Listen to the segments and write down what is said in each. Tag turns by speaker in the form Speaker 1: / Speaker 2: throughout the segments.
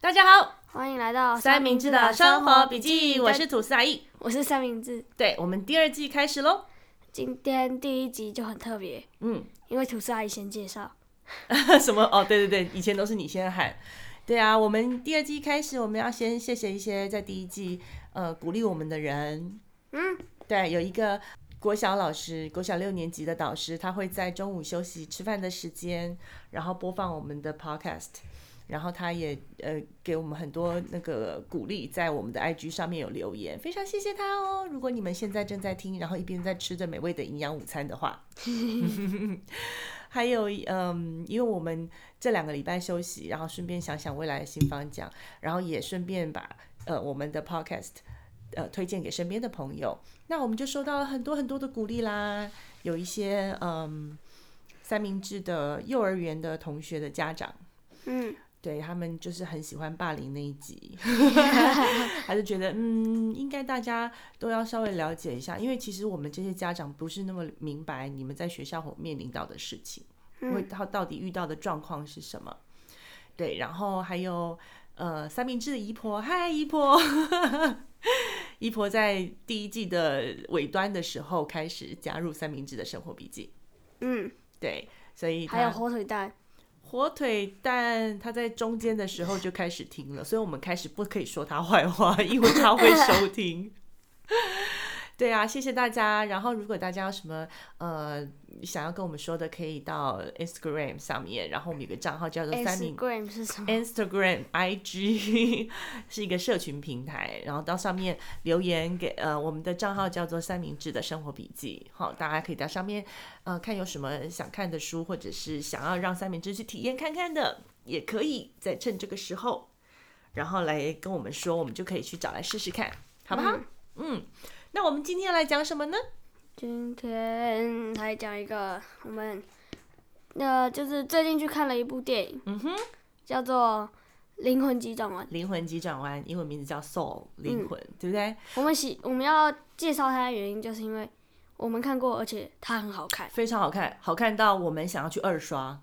Speaker 1: 大家好，
Speaker 2: 欢迎来到
Speaker 1: 哦三明治的生活笔记，我是吐司阿姨。
Speaker 2: 我是三明治。
Speaker 1: 对，我们第二季开始喽。
Speaker 2: 今天第一集就很特别，
Speaker 1: 嗯，
Speaker 2: 因为吐司阿姨先介绍。
Speaker 1: 什么？哦，对对对，以前都是你先喊。对啊，我们第二季开始，我们要先谢谢一些在第一季呃鼓励我们的人。
Speaker 2: 嗯，
Speaker 1: 对，有一个国小老师，国小六年级的导师，他会在中午休息吃饭的时间，然后播放我们的 podcast，然后他也呃给我们很多那个鼓励，在我们的 IG 上面有留言，非常谢谢他哦。如果你们现在正在听，然后一边在吃着美味的营养午餐的话，还有嗯，因为我们这两个礼拜休息，然后顺便想想未来的新方向，然后也顺便把呃我们的 podcast 呃推荐给身边的朋友，那我们就收到了很多很多的鼓励啦，有一些嗯三明治的幼儿园的同学的家长。
Speaker 2: 嗯，
Speaker 1: 对他们就是很喜欢霸凌那一集， 还是觉得嗯，应该大家都要稍微了解一下，因为其实我们这些家长不是那么明白你们在学校面临到的事情，
Speaker 2: 嗯
Speaker 1: 会到到底遇到的状况是什么。对，然后还有呃，三明治的姨婆，嗨姨婆， 姨婆在第一季的尾端的时候开始加入三明治的生活笔记，
Speaker 2: 嗯，
Speaker 1: 对，所以
Speaker 2: 还
Speaker 1: 她
Speaker 2: 有火腿蛋，
Speaker 1: 火腿蛋，他在中间的时候就开始听了，所以我们开始不可以说他坏话，因为他会收听。 对啊，谢谢大家。然后，如果大家有什么呃想要跟我们说的，可以到 Instagram 上面，然后我们有个账号叫做三哎明
Speaker 2: Instagram 是什么？
Speaker 1: Instagram、IG 是一个社群平台，然后到上面留言给呃我们的账号叫做三明治的生活笔记，好，大家可以到上面呃看有什么想看的书，或者是想要让三明治去体验看看的，也可以在趁这个时候，然后来跟我们说，我们就可以去找来试试看，好不好？嗯那我们今天来讲什么呢？
Speaker 2: 今天来讲一个我们，呃，就是最近去看了一部电影，
Speaker 1: 嗯哼，
Speaker 2: 叫做《灵魂急转弯》。
Speaker 1: 灵魂急转弯，英文名字叫 Soul 灵魂，对不对？
Speaker 2: 我们喜我们要介绍它的原因，就是因为我们看过，而且它很好看。
Speaker 1: 非常好看，好看到我们想要去二刷。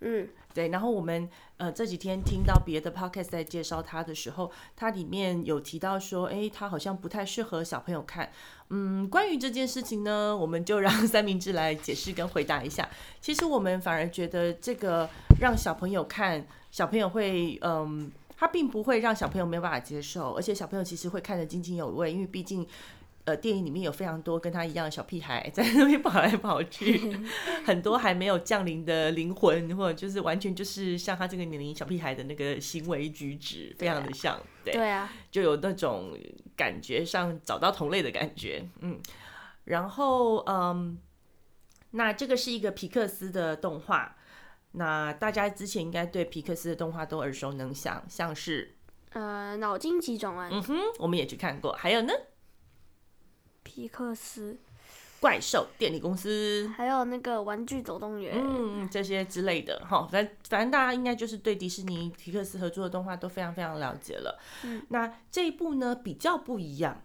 Speaker 2: 嗯，
Speaker 1: 对，然后我们呃这几天听到别的 podcast 在介绍它的时候，它里面有提到说，诶，它好像不太适合小朋友看。嗯，关于这件事情呢，我们就让三明治来解释跟回答一下。其实我们反而觉得这个让小朋友看，小朋友会嗯。它并不会让小朋友没有办法接受，而且小朋友其实会看得津津有味，因为毕竟，呃，电影里面有非常多跟他一样的小屁孩在那边跑来跑去，很多还没有降临的灵魂，或者就是完全就是像他这个年龄小屁孩的那个行为举止，非常的像，对，
Speaker 2: 对啊，
Speaker 1: 就有那种感觉上找到同类的感觉，嗯，然后嗯，那这个是一个皮克斯的动画，那大家之前应该对皮克斯的动画都耳熟能详，像是
Speaker 2: 呃，脑筋急转弯，
Speaker 1: 嗯哼，我们也去看过，还有呢，
Speaker 2: 皮克斯，
Speaker 1: 怪兽电力公司，
Speaker 2: 还有那个玩具总动员，
Speaker 1: 嗯，这些之类的哈，反反正大家应该就是对迪士尼、皮克斯合作的动画都非常非常了解了。
Speaker 2: 嗯，
Speaker 1: 那这一部呢比较不一样，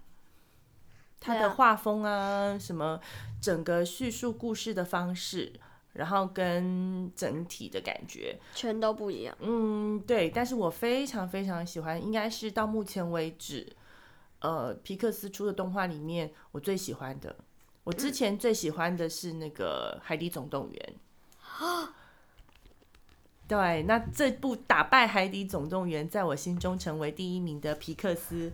Speaker 1: 它
Speaker 2: 对
Speaker 1: 的
Speaker 2: 啊
Speaker 1: 画风啊，什么整个叙述故事的方式，然后跟整体的感觉，
Speaker 2: 全都不一样。
Speaker 1: 嗯，对，但是我非常非常喜欢，应该是到目前为止，呃，皮克斯出的动画里面我最喜欢的。我之前最喜欢的是那个《海底总动员》对，那这部打败《海底总动员》在我心中成为第一名的皮克斯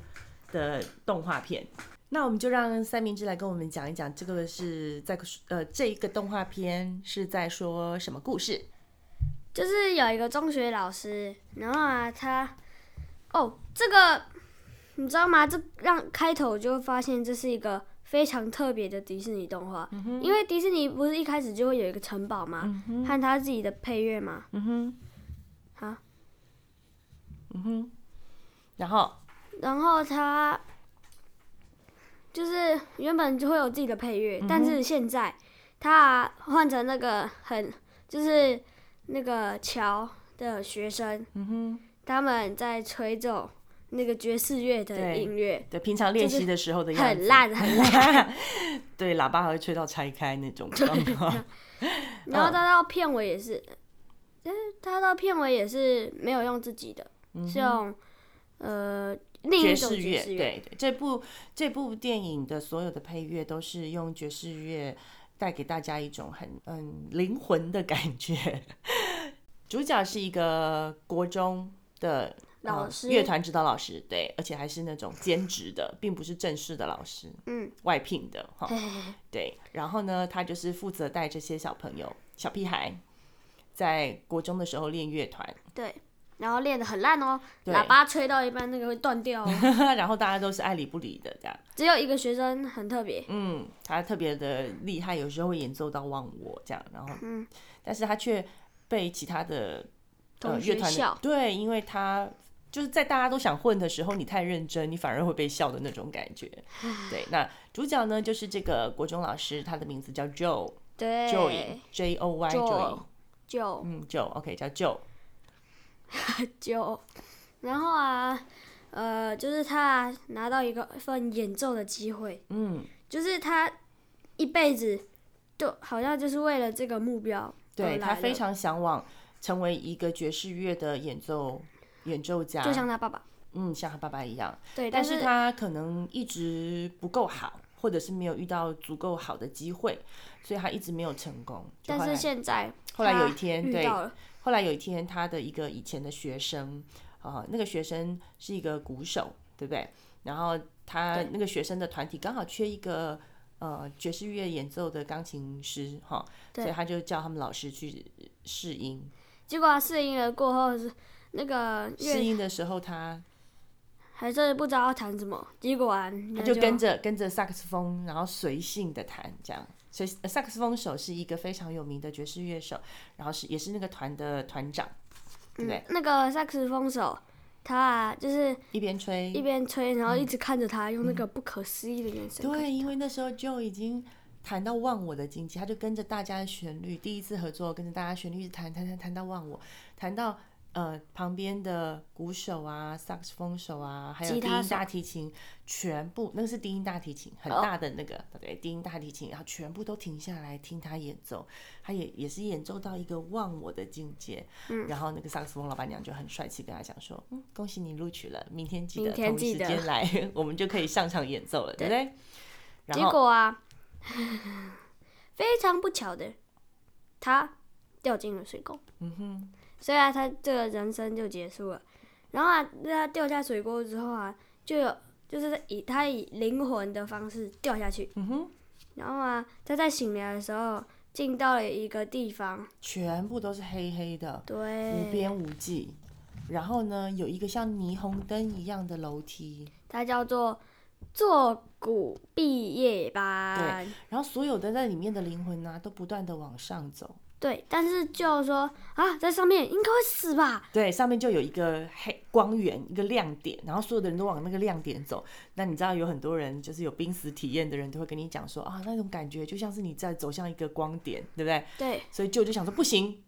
Speaker 1: 的动画片。那我们就让三明治来跟我们讲一讲，这个是在呃这一个动画片是在说什么故事？
Speaker 2: 就是有一个中学老师，然后啊，他哦，这个你知道吗？这让开头我就会发现这是一个非常特别的迪士尼动画，因为迪士尼不是一开始就会有一个城堡嘛，和他自己的配乐嘛，
Speaker 1: 嗯哼，
Speaker 2: 啊，
Speaker 1: 嗯哼，然后，
Speaker 2: 然后他就是原本就会有自己的配乐，但
Speaker 1: 嗯
Speaker 2: 是现在他啊换成那个很就是那个乔的学生，
Speaker 1: 嗯哼，
Speaker 2: 他们在吹奏那个爵士乐的
Speaker 1: 对
Speaker 2: 音乐，
Speaker 1: 对，平常练习的时候的样子，
Speaker 2: 很烂很烂。
Speaker 1: 对，喇叭还会吹到拆开那 种状况。
Speaker 2: 然后他到片尾也是，但是他到片尾也是没有用自己的，是用呃
Speaker 1: 嗯
Speaker 2: 另
Speaker 1: 爵
Speaker 2: 一种
Speaker 1: 士乐，
Speaker 2: 爵士
Speaker 1: 对
Speaker 2: 乐，
Speaker 1: 对，这部这部电影的所有的配乐都是用爵士乐带给大家一种很嗯灵魂的感觉。 主角是一个国中的呃
Speaker 2: 老师
Speaker 1: 乐团指导老师，对，而且还是那种兼职的，并不是正式的老师，
Speaker 2: 嗯，
Speaker 1: 外聘的哈。
Speaker 2: 嘿嘿嘿
Speaker 1: 对，然后呢，他就是负责带这些小朋友、小屁孩，在国中的时候练乐团，
Speaker 2: 对，然后练得很烂哦，
Speaker 1: 对
Speaker 2: 喇叭吹到一半那个会断 掉哦、
Speaker 1: 然后大家都是爱理不理的这样。
Speaker 2: 只有一个学生很特别，
Speaker 1: 嗯，他特别的厉害，有时候会演奏到忘我这样，然后，
Speaker 2: 嗯
Speaker 1: 但是他却被其他的呃
Speaker 2: 同
Speaker 1: 乐
Speaker 2: 学
Speaker 1: 团的
Speaker 2: 笑，
Speaker 1: 对，因为他就是在大家都想混的时候，你太认真，你反而会被笑的那种感觉。对，那主角呢就是这个国中老师，他的名字叫 Joe，Joy，J
Speaker 2: 对，
Speaker 1: O Y
Speaker 2: Joe
Speaker 1: Joy，
Speaker 2: 就
Speaker 1: 嗯，Joe，OK，、叫 Joe，
Speaker 2: 就，然后啊，呃，就是他啊拿到一个一份演奏的机会，
Speaker 1: 嗯，
Speaker 2: 就是他一辈子就好像就是为了这个目标而
Speaker 1: 对
Speaker 2: 来
Speaker 1: 他非
Speaker 2: 的
Speaker 1: 常向往成为一个爵士乐的演奏演奏家，
Speaker 2: 就像他爸爸，
Speaker 1: 嗯，像他爸爸一样。
Speaker 2: 对，
Speaker 1: 但
Speaker 2: 但
Speaker 1: 是
Speaker 2: 是
Speaker 1: 他可能一直不够好，或者是没有遇到足够好的机会，所以他一直没有成功。就
Speaker 2: 但
Speaker 1: 后来
Speaker 2: 是现在
Speaker 1: 后来有
Speaker 2: 他
Speaker 1: 一天，
Speaker 2: 遇
Speaker 1: 对，
Speaker 2: 到了，
Speaker 1: 后来有一天，他的一个以前的学生，啊、那个学生是一个鼓手，对不对？然后他
Speaker 2: 对
Speaker 1: 那个学生的团体刚好缺一个呃爵士乐演奏的钢琴师，哈，
Speaker 2: 对
Speaker 1: 所以他就叫他们老师去试音。
Speaker 2: 结果他适应了过后是那个
Speaker 1: 试
Speaker 2: 乐
Speaker 1: 音的时候他，
Speaker 2: 还是不知道要弹什么，结果啊，
Speaker 1: 他
Speaker 2: 他
Speaker 1: 就跟着跟着萨克斯风，然后随性的弹这样。所以呃萨克斯风手是一个非常有名的爵士乐手，然后是也是那个团的团长，对不对？
Speaker 2: 嗯那个萨克斯风手，他啊就是
Speaker 1: 一边吹
Speaker 2: 一边吹，然后一直看着他，用那个不可思议的眼神看着
Speaker 1: 嗯
Speaker 2: 他。
Speaker 1: 对，因为那时候就已经弹到忘我的境界，他就跟着大家的旋律，第一次合作跟着大家旋律一直弹弹弹弹到忘我，弹到呃旁边的鼓手啊、萨克斯风手啊，还有
Speaker 2: 吉
Speaker 1: 低
Speaker 2: 他
Speaker 1: 音
Speaker 2: 手
Speaker 1: 大提琴，全部那个是低音大提琴，很
Speaker 2: 哦
Speaker 1: 大的那个、对低音大提琴，然后全部都停下来听他演奏，他也也是演奏到一个忘我的境界。嗯，然后那个萨克斯风老板娘就很帅气跟他讲说，嗯，恭喜你录取了，明天记
Speaker 2: 明
Speaker 1: 得
Speaker 2: 天
Speaker 1: 同一
Speaker 2: 记
Speaker 1: 时
Speaker 2: 得
Speaker 1: 间来， 我们就可以上场演奏了，对不对？然
Speaker 2: 结
Speaker 1: 后
Speaker 2: 果啊， 非常不巧的，他掉进了水沟。嗯哼，所以啊，他这个人生就结束了。然后啊，那他掉下水沟之后啊，就有就是以他以灵魂的方式掉下去。嗯
Speaker 1: 哼，
Speaker 2: 然后啊，他在醒来的时候进到了一个地方，
Speaker 1: 全部都是黑黑的，无
Speaker 2: 对，
Speaker 1: 边无际。然后呢，有一个像霓虹灯一样的楼梯，
Speaker 2: 它叫做坐骨毕业班。
Speaker 1: 然后所有的在里面的灵魂呢、都不断的往上走。
Speaker 2: 对，但是就说啊，在上面应该会死吧？
Speaker 1: 对，上面就有一个黑光源，一个亮点，然后所有的人都往那个亮点走。那你知道有很多人就是有濒死体验的人，都会跟你讲说啊，那种感觉就像是你在走向一个光点，对不对？
Speaker 2: 对，
Speaker 1: 所以舅就想说不行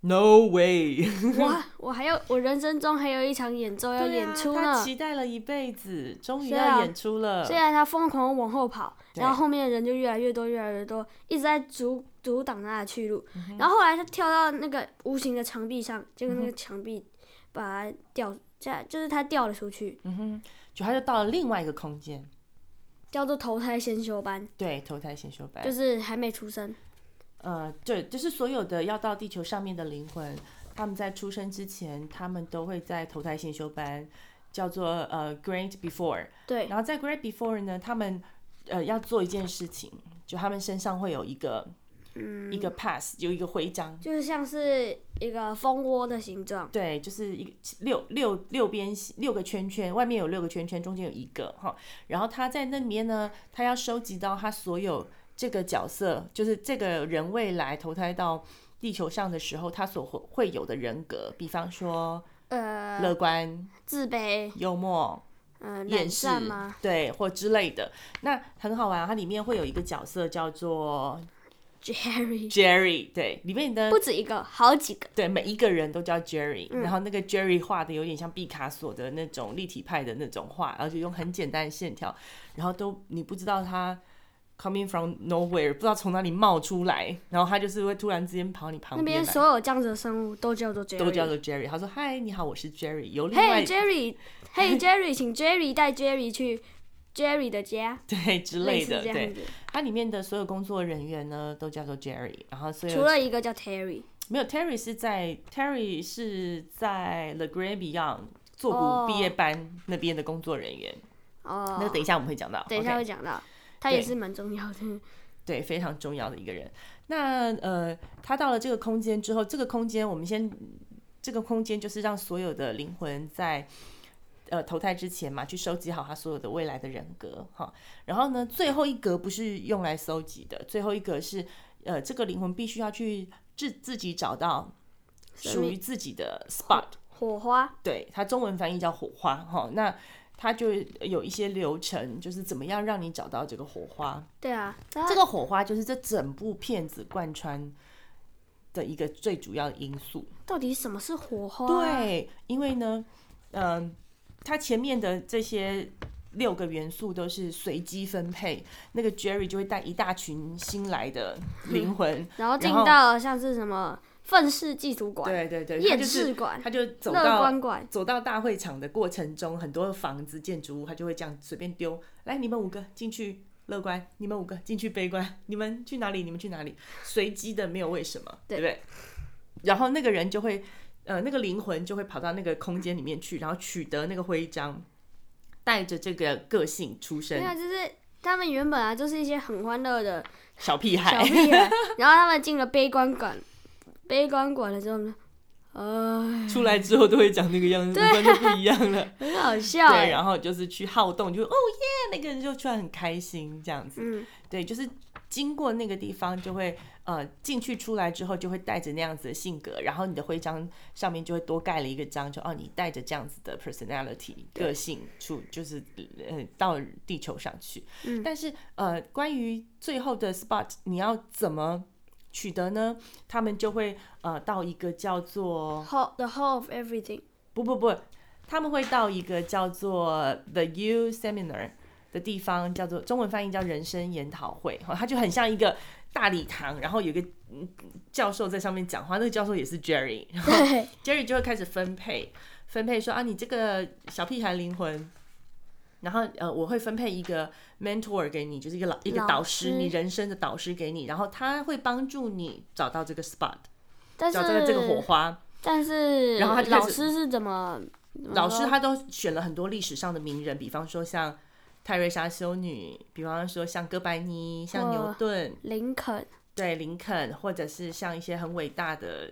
Speaker 1: ，No way，
Speaker 2: 我我还有我人生中还有一场演奏要
Speaker 1: 对啊
Speaker 2: 演出呢
Speaker 1: 他，期待了一辈子，终于
Speaker 2: 是啊
Speaker 1: 要演出了。
Speaker 2: 虽然他疯狂往后跑，
Speaker 1: 对
Speaker 2: 然后后面的人就越来越多越来越多，一直在阻阻挡他的去
Speaker 1: 嗯
Speaker 2: 路，然后后来他跳到那个无形的墙壁上，结
Speaker 1: 嗯
Speaker 2: 果那个墙壁把他掉下，就是他掉了出去，
Speaker 1: 嗯就他就到了另外一个空间，
Speaker 2: 叫做投胎先修班，
Speaker 1: 对，投胎先修班，
Speaker 2: 就是还没出生，
Speaker 1: 呃，对，就是所有的要到地球上面的灵魂，他们在出生之前，他们都会在投胎先修班，叫做呃 Great Before。
Speaker 2: 对
Speaker 1: 然后在 Great Before 呢，他们呃要做一件事情，就他们身上会有一个、
Speaker 2: 嗯
Speaker 1: 一个 pass，有一个徽章，
Speaker 2: 就是像是一个蜂窝的形状，
Speaker 1: 对，就是一个六六六边形六个圈圈，外面有六个圈圈，中间有一个哈。然后他在那里面呢，他要收集到他所有这个角色，就是这个人未来投胎到地球上的时候，他所会会有的人格，比方说
Speaker 2: 呃，
Speaker 1: 乐观、
Speaker 2: 自卑，
Speaker 1: 幽默、
Speaker 2: 嗯、呃，
Speaker 1: 厌
Speaker 2: 懒
Speaker 1: 世
Speaker 2: 散吗？，
Speaker 1: 对，或之类的。那很好玩啊，它里面会有一个角色叫做
Speaker 2: ？Jerry
Speaker 1: Jerry，对，里面的
Speaker 2: 不止一个，好几个，
Speaker 1: 对，每一个人都叫 Jerry，、然
Speaker 2: 嗯
Speaker 1: 后那个 Jerry 画的有点像毕卡索的那种立体派的那种画，而且用很简单的线条，然后都你不知道他 coming from nowhere，不知道从哪里冒出来，然后他就是会突然之间跑你旁
Speaker 2: 那边
Speaker 1: 边来，
Speaker 2: 所有这样子的生物都叫做 Jerry。
Speaker 1: 都叫做 Jerry。他说：“嗨，你好，我是 Jerry。”有另外、
Speaker 2: 嘿 Jerry，嘿 Jerry，请 Jerry 带 Jerry 去 Jerry 的家，
Speaker 1: 对之类
Speaker 2: 类似
Speaker 1: 的，
Speaker 2: 这
Speaker 1: 对
Speaker 2: 样，子。
Speaker 1: 它里面的所有工作人员呢都叫做 Jerry，然后所
Speaker 2: 除
Speaker 1: 有
Speaker 2: 了一个叫 Terry，
Speaker 1: 没有 Terry 是在 Terry 是在 The Grand Beyond 做
Speaker 2: 哦
Speaker 1: 谷毕业班那边的工作人员，
Speaker 2: 哦，
Speaker 1: 那个等一下我们会讲到，
Speaker 2: 等一下
Speaker 1: OK
Speaker 2: 会讲到，他
Speaker 1: 对
Speaker 2: 也是蛮重要的。
Speaker 1: 对，非常重要的一个人。那呃，他到了这个空间之后，这个空间我们先，这个空间就是让所有的灵魂在呃投胎之前嘛，去收集好他所有的未来的人格哈。然后呢，最后一格不是用来搜集的，最后一格是呃，这个灵魂必须要去自自己找到
Speaker 2: 生
Speaker 1: 属
Speaker 2: 命
Speaker 1: 于自己的 spot，
Speaker 2: 火花，
Speaker 1: 对，它中文翻译叫火花哈。那它就有一些流程，就是怎么样让你找到这个火花。
Speaker 2: 对啊，
Speaker 1: 这
Speaker 2: 这
Speaker 1: 个火花就是这整部片子贯穿的一个最主要的因素。
Speaker 2: 到底什么是火花？，啊
Speaker 1: 对，因为呢，嗯、它前面的这些六个元素都是随机分配，那个 Jerry 就会带一大群新来的灵魂，
Speaker 2: 然后进
Speaker 1: 然后
Speaker 2: 到像是什么愤世嫉俗馆、
Speaker 1: 对对对，他
Speaker 2: 厌
Speaker 1: 就是
Speaker 2: 世馆、
Speaker 1: 他就走
Speaker 2: 乐
Speaker 1: 到。
Speaker 2: 观馆，
Speaker 1: 走到大会场的过程中，很多房子、建筑物，他就会这样随便丢。来，你们五个进去乐观，你们五个进去悲观，你们去哪里？你们去哪里？随机的，没有为什么，对
Speaker 2: 对
Speaker 1: 不对？然后那个人就会，呃，那个灵魂就会跑到那个空间里面去，然后取得那个徽章，带着这个个性出
Speaker 2: 对
Speaker 1: 生，
Speaker 2: 啊，就是他们原本啊就是一些很欢乐的
Speaker 1: 小屁孩，
Speaker 2: 小屁孩， 然后他们进了悲观馆，悲观馆了之后呢，呃，
Speaker 1: 出来之后都会长那个样
Speaker 2: 啊
Speaker 1: 子，完全不一样了。
Speaker 2: 很好笑
Speaker 1: 对，啊
Speaker 2: 哎，
Speaker 1: 然后就是去好动，就哦耶，那个人就突然很开心这样子。
Speaker 2: 嗯，
Speaker 1: 对，就是经过那个地方就会呃进去出来之后就会带着那样子的性格，然后你的徽章上面就会多盖了一个章，就哦你带着这样子的 personality
Speaker 2: 对
Speaker 1: 个性出就是呃到地球上去。
Speaker 2: 嗯
Speaker 1: 但是呃关于最后的 spot 你要怎么取得呢？他们就会呃到一个叫做
Speaker 2: whole the whole of everything，
Speaker 1: 不不不，他们会到一个叫做 The U Seminar 的地方，叫做中文翻译叫人生研讨会，哈、它就很像一个大礼堂，然后有一个嗯教授在上面讲话，那个教授也是 Jerry，然后
Speaker 2: 对，
Speaker 1: Jerry 就会开始分配，分配说啊，你这个小屁孩灵魂，然后呃，我会分配一个 mentor 给你，就是一个老一个
Speaker 2: 老
Speaker 1: 导师，
Speaker 2: 师
Speaker 1: 你人生的导师给你，然后他会帮助你找到这个 spot，
Speaker 2: 但
Speaker 1: 找到这个火
Speaker 2: 是
Speaker 1: 花。
Speaker 2: 但是
Speaker 1: 然后他就开始
Speaker 2: 老师是怎么
Speaker 1: 老师他都选了很多历史上的名人，比方说像泰瑞莎修女，比方说像哥白尼、像牛顿，
Speaker 2: 林肯
Speaker 1: 对林肯，或者是像一些很伟大的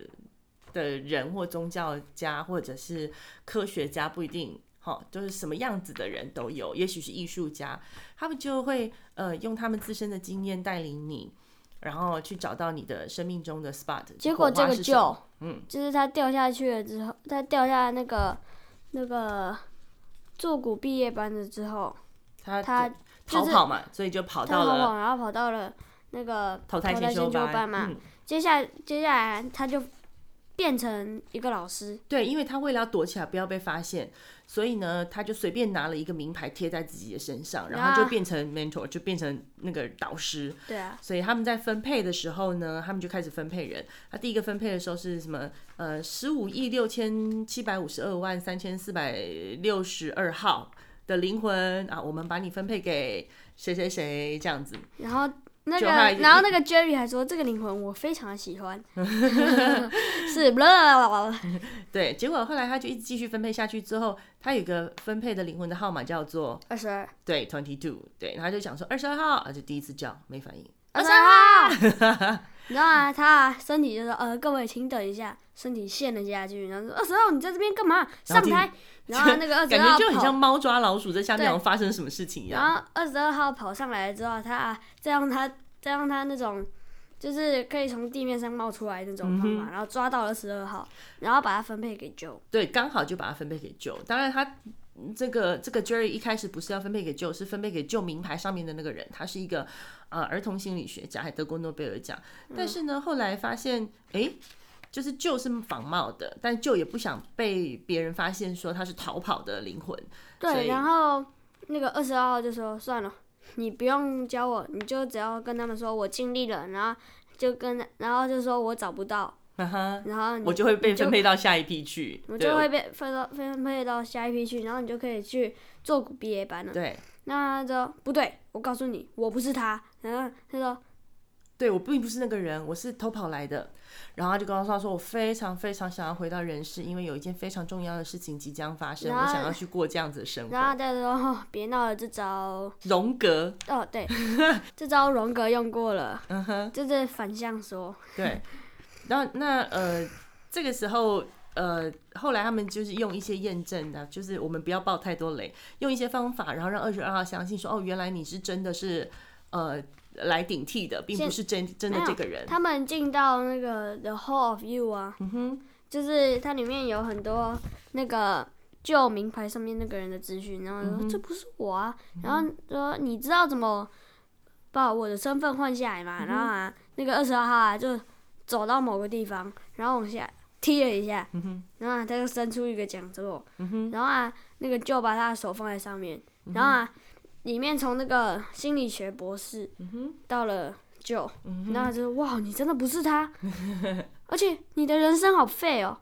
Speaker 1: 的人或宗教家，或者是科学家，不一定。好、就是什么样子的人都有，也许是艺术家，他们就会呃用他们自身的经验带领你，然后去找到你的生命中的 spot。
Speaker 2: 结果这
Speaker 1: 火花
Speaker 2: 个
Speaker 1: 是什么
Speaker 2: 就，
Speaker 1: 嗯
Speaker 2: 就是他掉下去了之后，他掉下那个那个坐骨毕业班的之后，
Speaker 1: 他
Speaker 2: 他
Speaker 1: 逃
Speaker 2: 就是
Speaker 1: 跑嘛，所以就跑
Speaker 2: 他
Speaker 1: 到
Speaker 2: 逃跑，
Speaker 1: 了
Speaker 2: 然后跑到了那个
Speaker 1: 投胎
Speaker 2: 先
Speaker 1: 修
Speaker 2: 班嘛。
Speaker 1: 嗯
Speaker 2: 接下来接下来他就变成一个老师，
Speaker 1: 对，因为他为了要躲起来不要被发现，所以呢，他就随便拿了一个名牌贴在自己的身上，然后
Speaker 2: 啊
Speaker 1: 就变成 mentor，就变成那个导师。
Speaker 2: 对啊，
Speaker 1: 所以他们在分配的时候呢，他们就开始分配人。他第一个分配的时候是什么？呃，十五亿六千七百五十二万三千四百六十二号的灵魂啊，我们把你分配给谁谁谁这样子。
Speaker 2: 然后那
Speaker 1: 就
Speaker 2: 个
Speaker 1: 他已经
Speaker 2: 然后那个 Jerry 还说这个灵魂我非常的喜 欢，是了，
Speaker 1: 对，结果后来他就一直继续分配下去，之后他有一个分配的灵魂的号码叫做
Speaker 2: 二十二，
Speaker 1: 对，twenty two，对，然后他就想说二十二号，啊，就第一次叫没反应，
Speaker 2: 二十二号。你知道吗？他啊身体就说：“呃，各位，请等一下。”身体陷了下去，然后说：“二十二，你在这边干嘛？
Speaker 1: 然
Speaker 2: 上
Speaker 1: 后就
Speaker 2: 台！”然后那个二十
Speaker 1: 感
Speaker 2: 二
Speaker 1: 觉就很
Speaker 2: 跑
Speaker 1: 像猫抓老鼠在下面，
Speaker 2: 对
Speaker 1: 好像发生什么事情一样。
Speaker 2: 然后二十二号跑上来之后，他啊，再用他再用他那种就是可以从地面上冒出来那种
Speaker 1: 嗯
Speaker 2: 方法，然后抓到二十二号，然后把它分配给 Joe。
Speaker 1: 对，刚好就把它分配给 Joe。当然他，这个这个 Jerry 一开始不是要分配给 Joe，是分配给 Joe 名牌上面的那个人，他是一个呃儿童心理学家，还得过诺贝尔奖。
Speaker 2: 嗯
Speaker 1: 但是呢，后来发现，诶，就是旧是仿冒的，但旧也不想被别人发现说他是逃跑的灵魂，所
Speaker 2: 对，
Speaker 1: 以
Speaker 2: 然后那个二十二号就说算了，你不用教我，你就只要跟他们说我尽力了，然后就跟他，然后就说我找不到，
Speaker 1: 啊哈，
Speaker 2: 然后你
Speaker 1: 我就会被
Speaker 2: 嗯你就
Speaker 1: 分配到下一批去。
Speaker 2: 我
Speaker 1: 对
Speaker 2: 就会被分到分配到下一批去，然后你就可以去做毕业班了。
Speaker 1: 对
Speaker 2: 那他就不对，我告诉你，我不是他。然后他说
Speaker 1: 对，我并不是那个人，我是偷跑来的。然后他就跟我说，说我非常非常想要回到人世，因为有一件非常重要的事情即将发生，
Speaker 2: 然后
Speaker 1: 我想要去过这样子的生
Speaker 2: 然后
Speaker 1: 活。
Speaker 2: 他就说、哦、别闹了，这招
Speaker 1: 荣格，
Speaker 2: 哦 对，这招荣格用过了，
Speaker 1: 嗯哼，
Speaker 2: 就是反向说，
Speaker 1: 对。然后那呃，这个时候呃，后来他们就是用一些验证的，就是我们不要爆太多雷，用一些方法，然后让二十二号相信说，哦，原来你是真的是呃来顶替的，并
Speaker 2: 现
Speaker 1: 不是真真的
Speaker 2: 没有
Speaker 1: 这个人。
Speaker 2: 他们进到那个 The Hall of You 啊，
Speaker 1: 嗯哼，
Speaker 2: 就是它里面有很多那个旧名牌上面那个人的资讯，然后
Speaker 1: 嗯
Speaker 2: 说、这不是我啊，然后说你知道怎么把我的身份换下来
Speaker 1: 嗯
Speaker 2: 吗？然后啊，那个二十二号啊就走到某个地方，然后往下踢了一下，
Speaker 1: 嗯
Speaker 2: 然后、啊、他就伸出一个讲座，然后啊那个就把他的手放在上面，
Speaker 1: 嗯
Speaker 2: 然后啊里面从那个心理学博士
Speaker 1: 嗯
Speaker 2: 到了就，然后就是哇你真的不 是他，而且你的人生好废哦，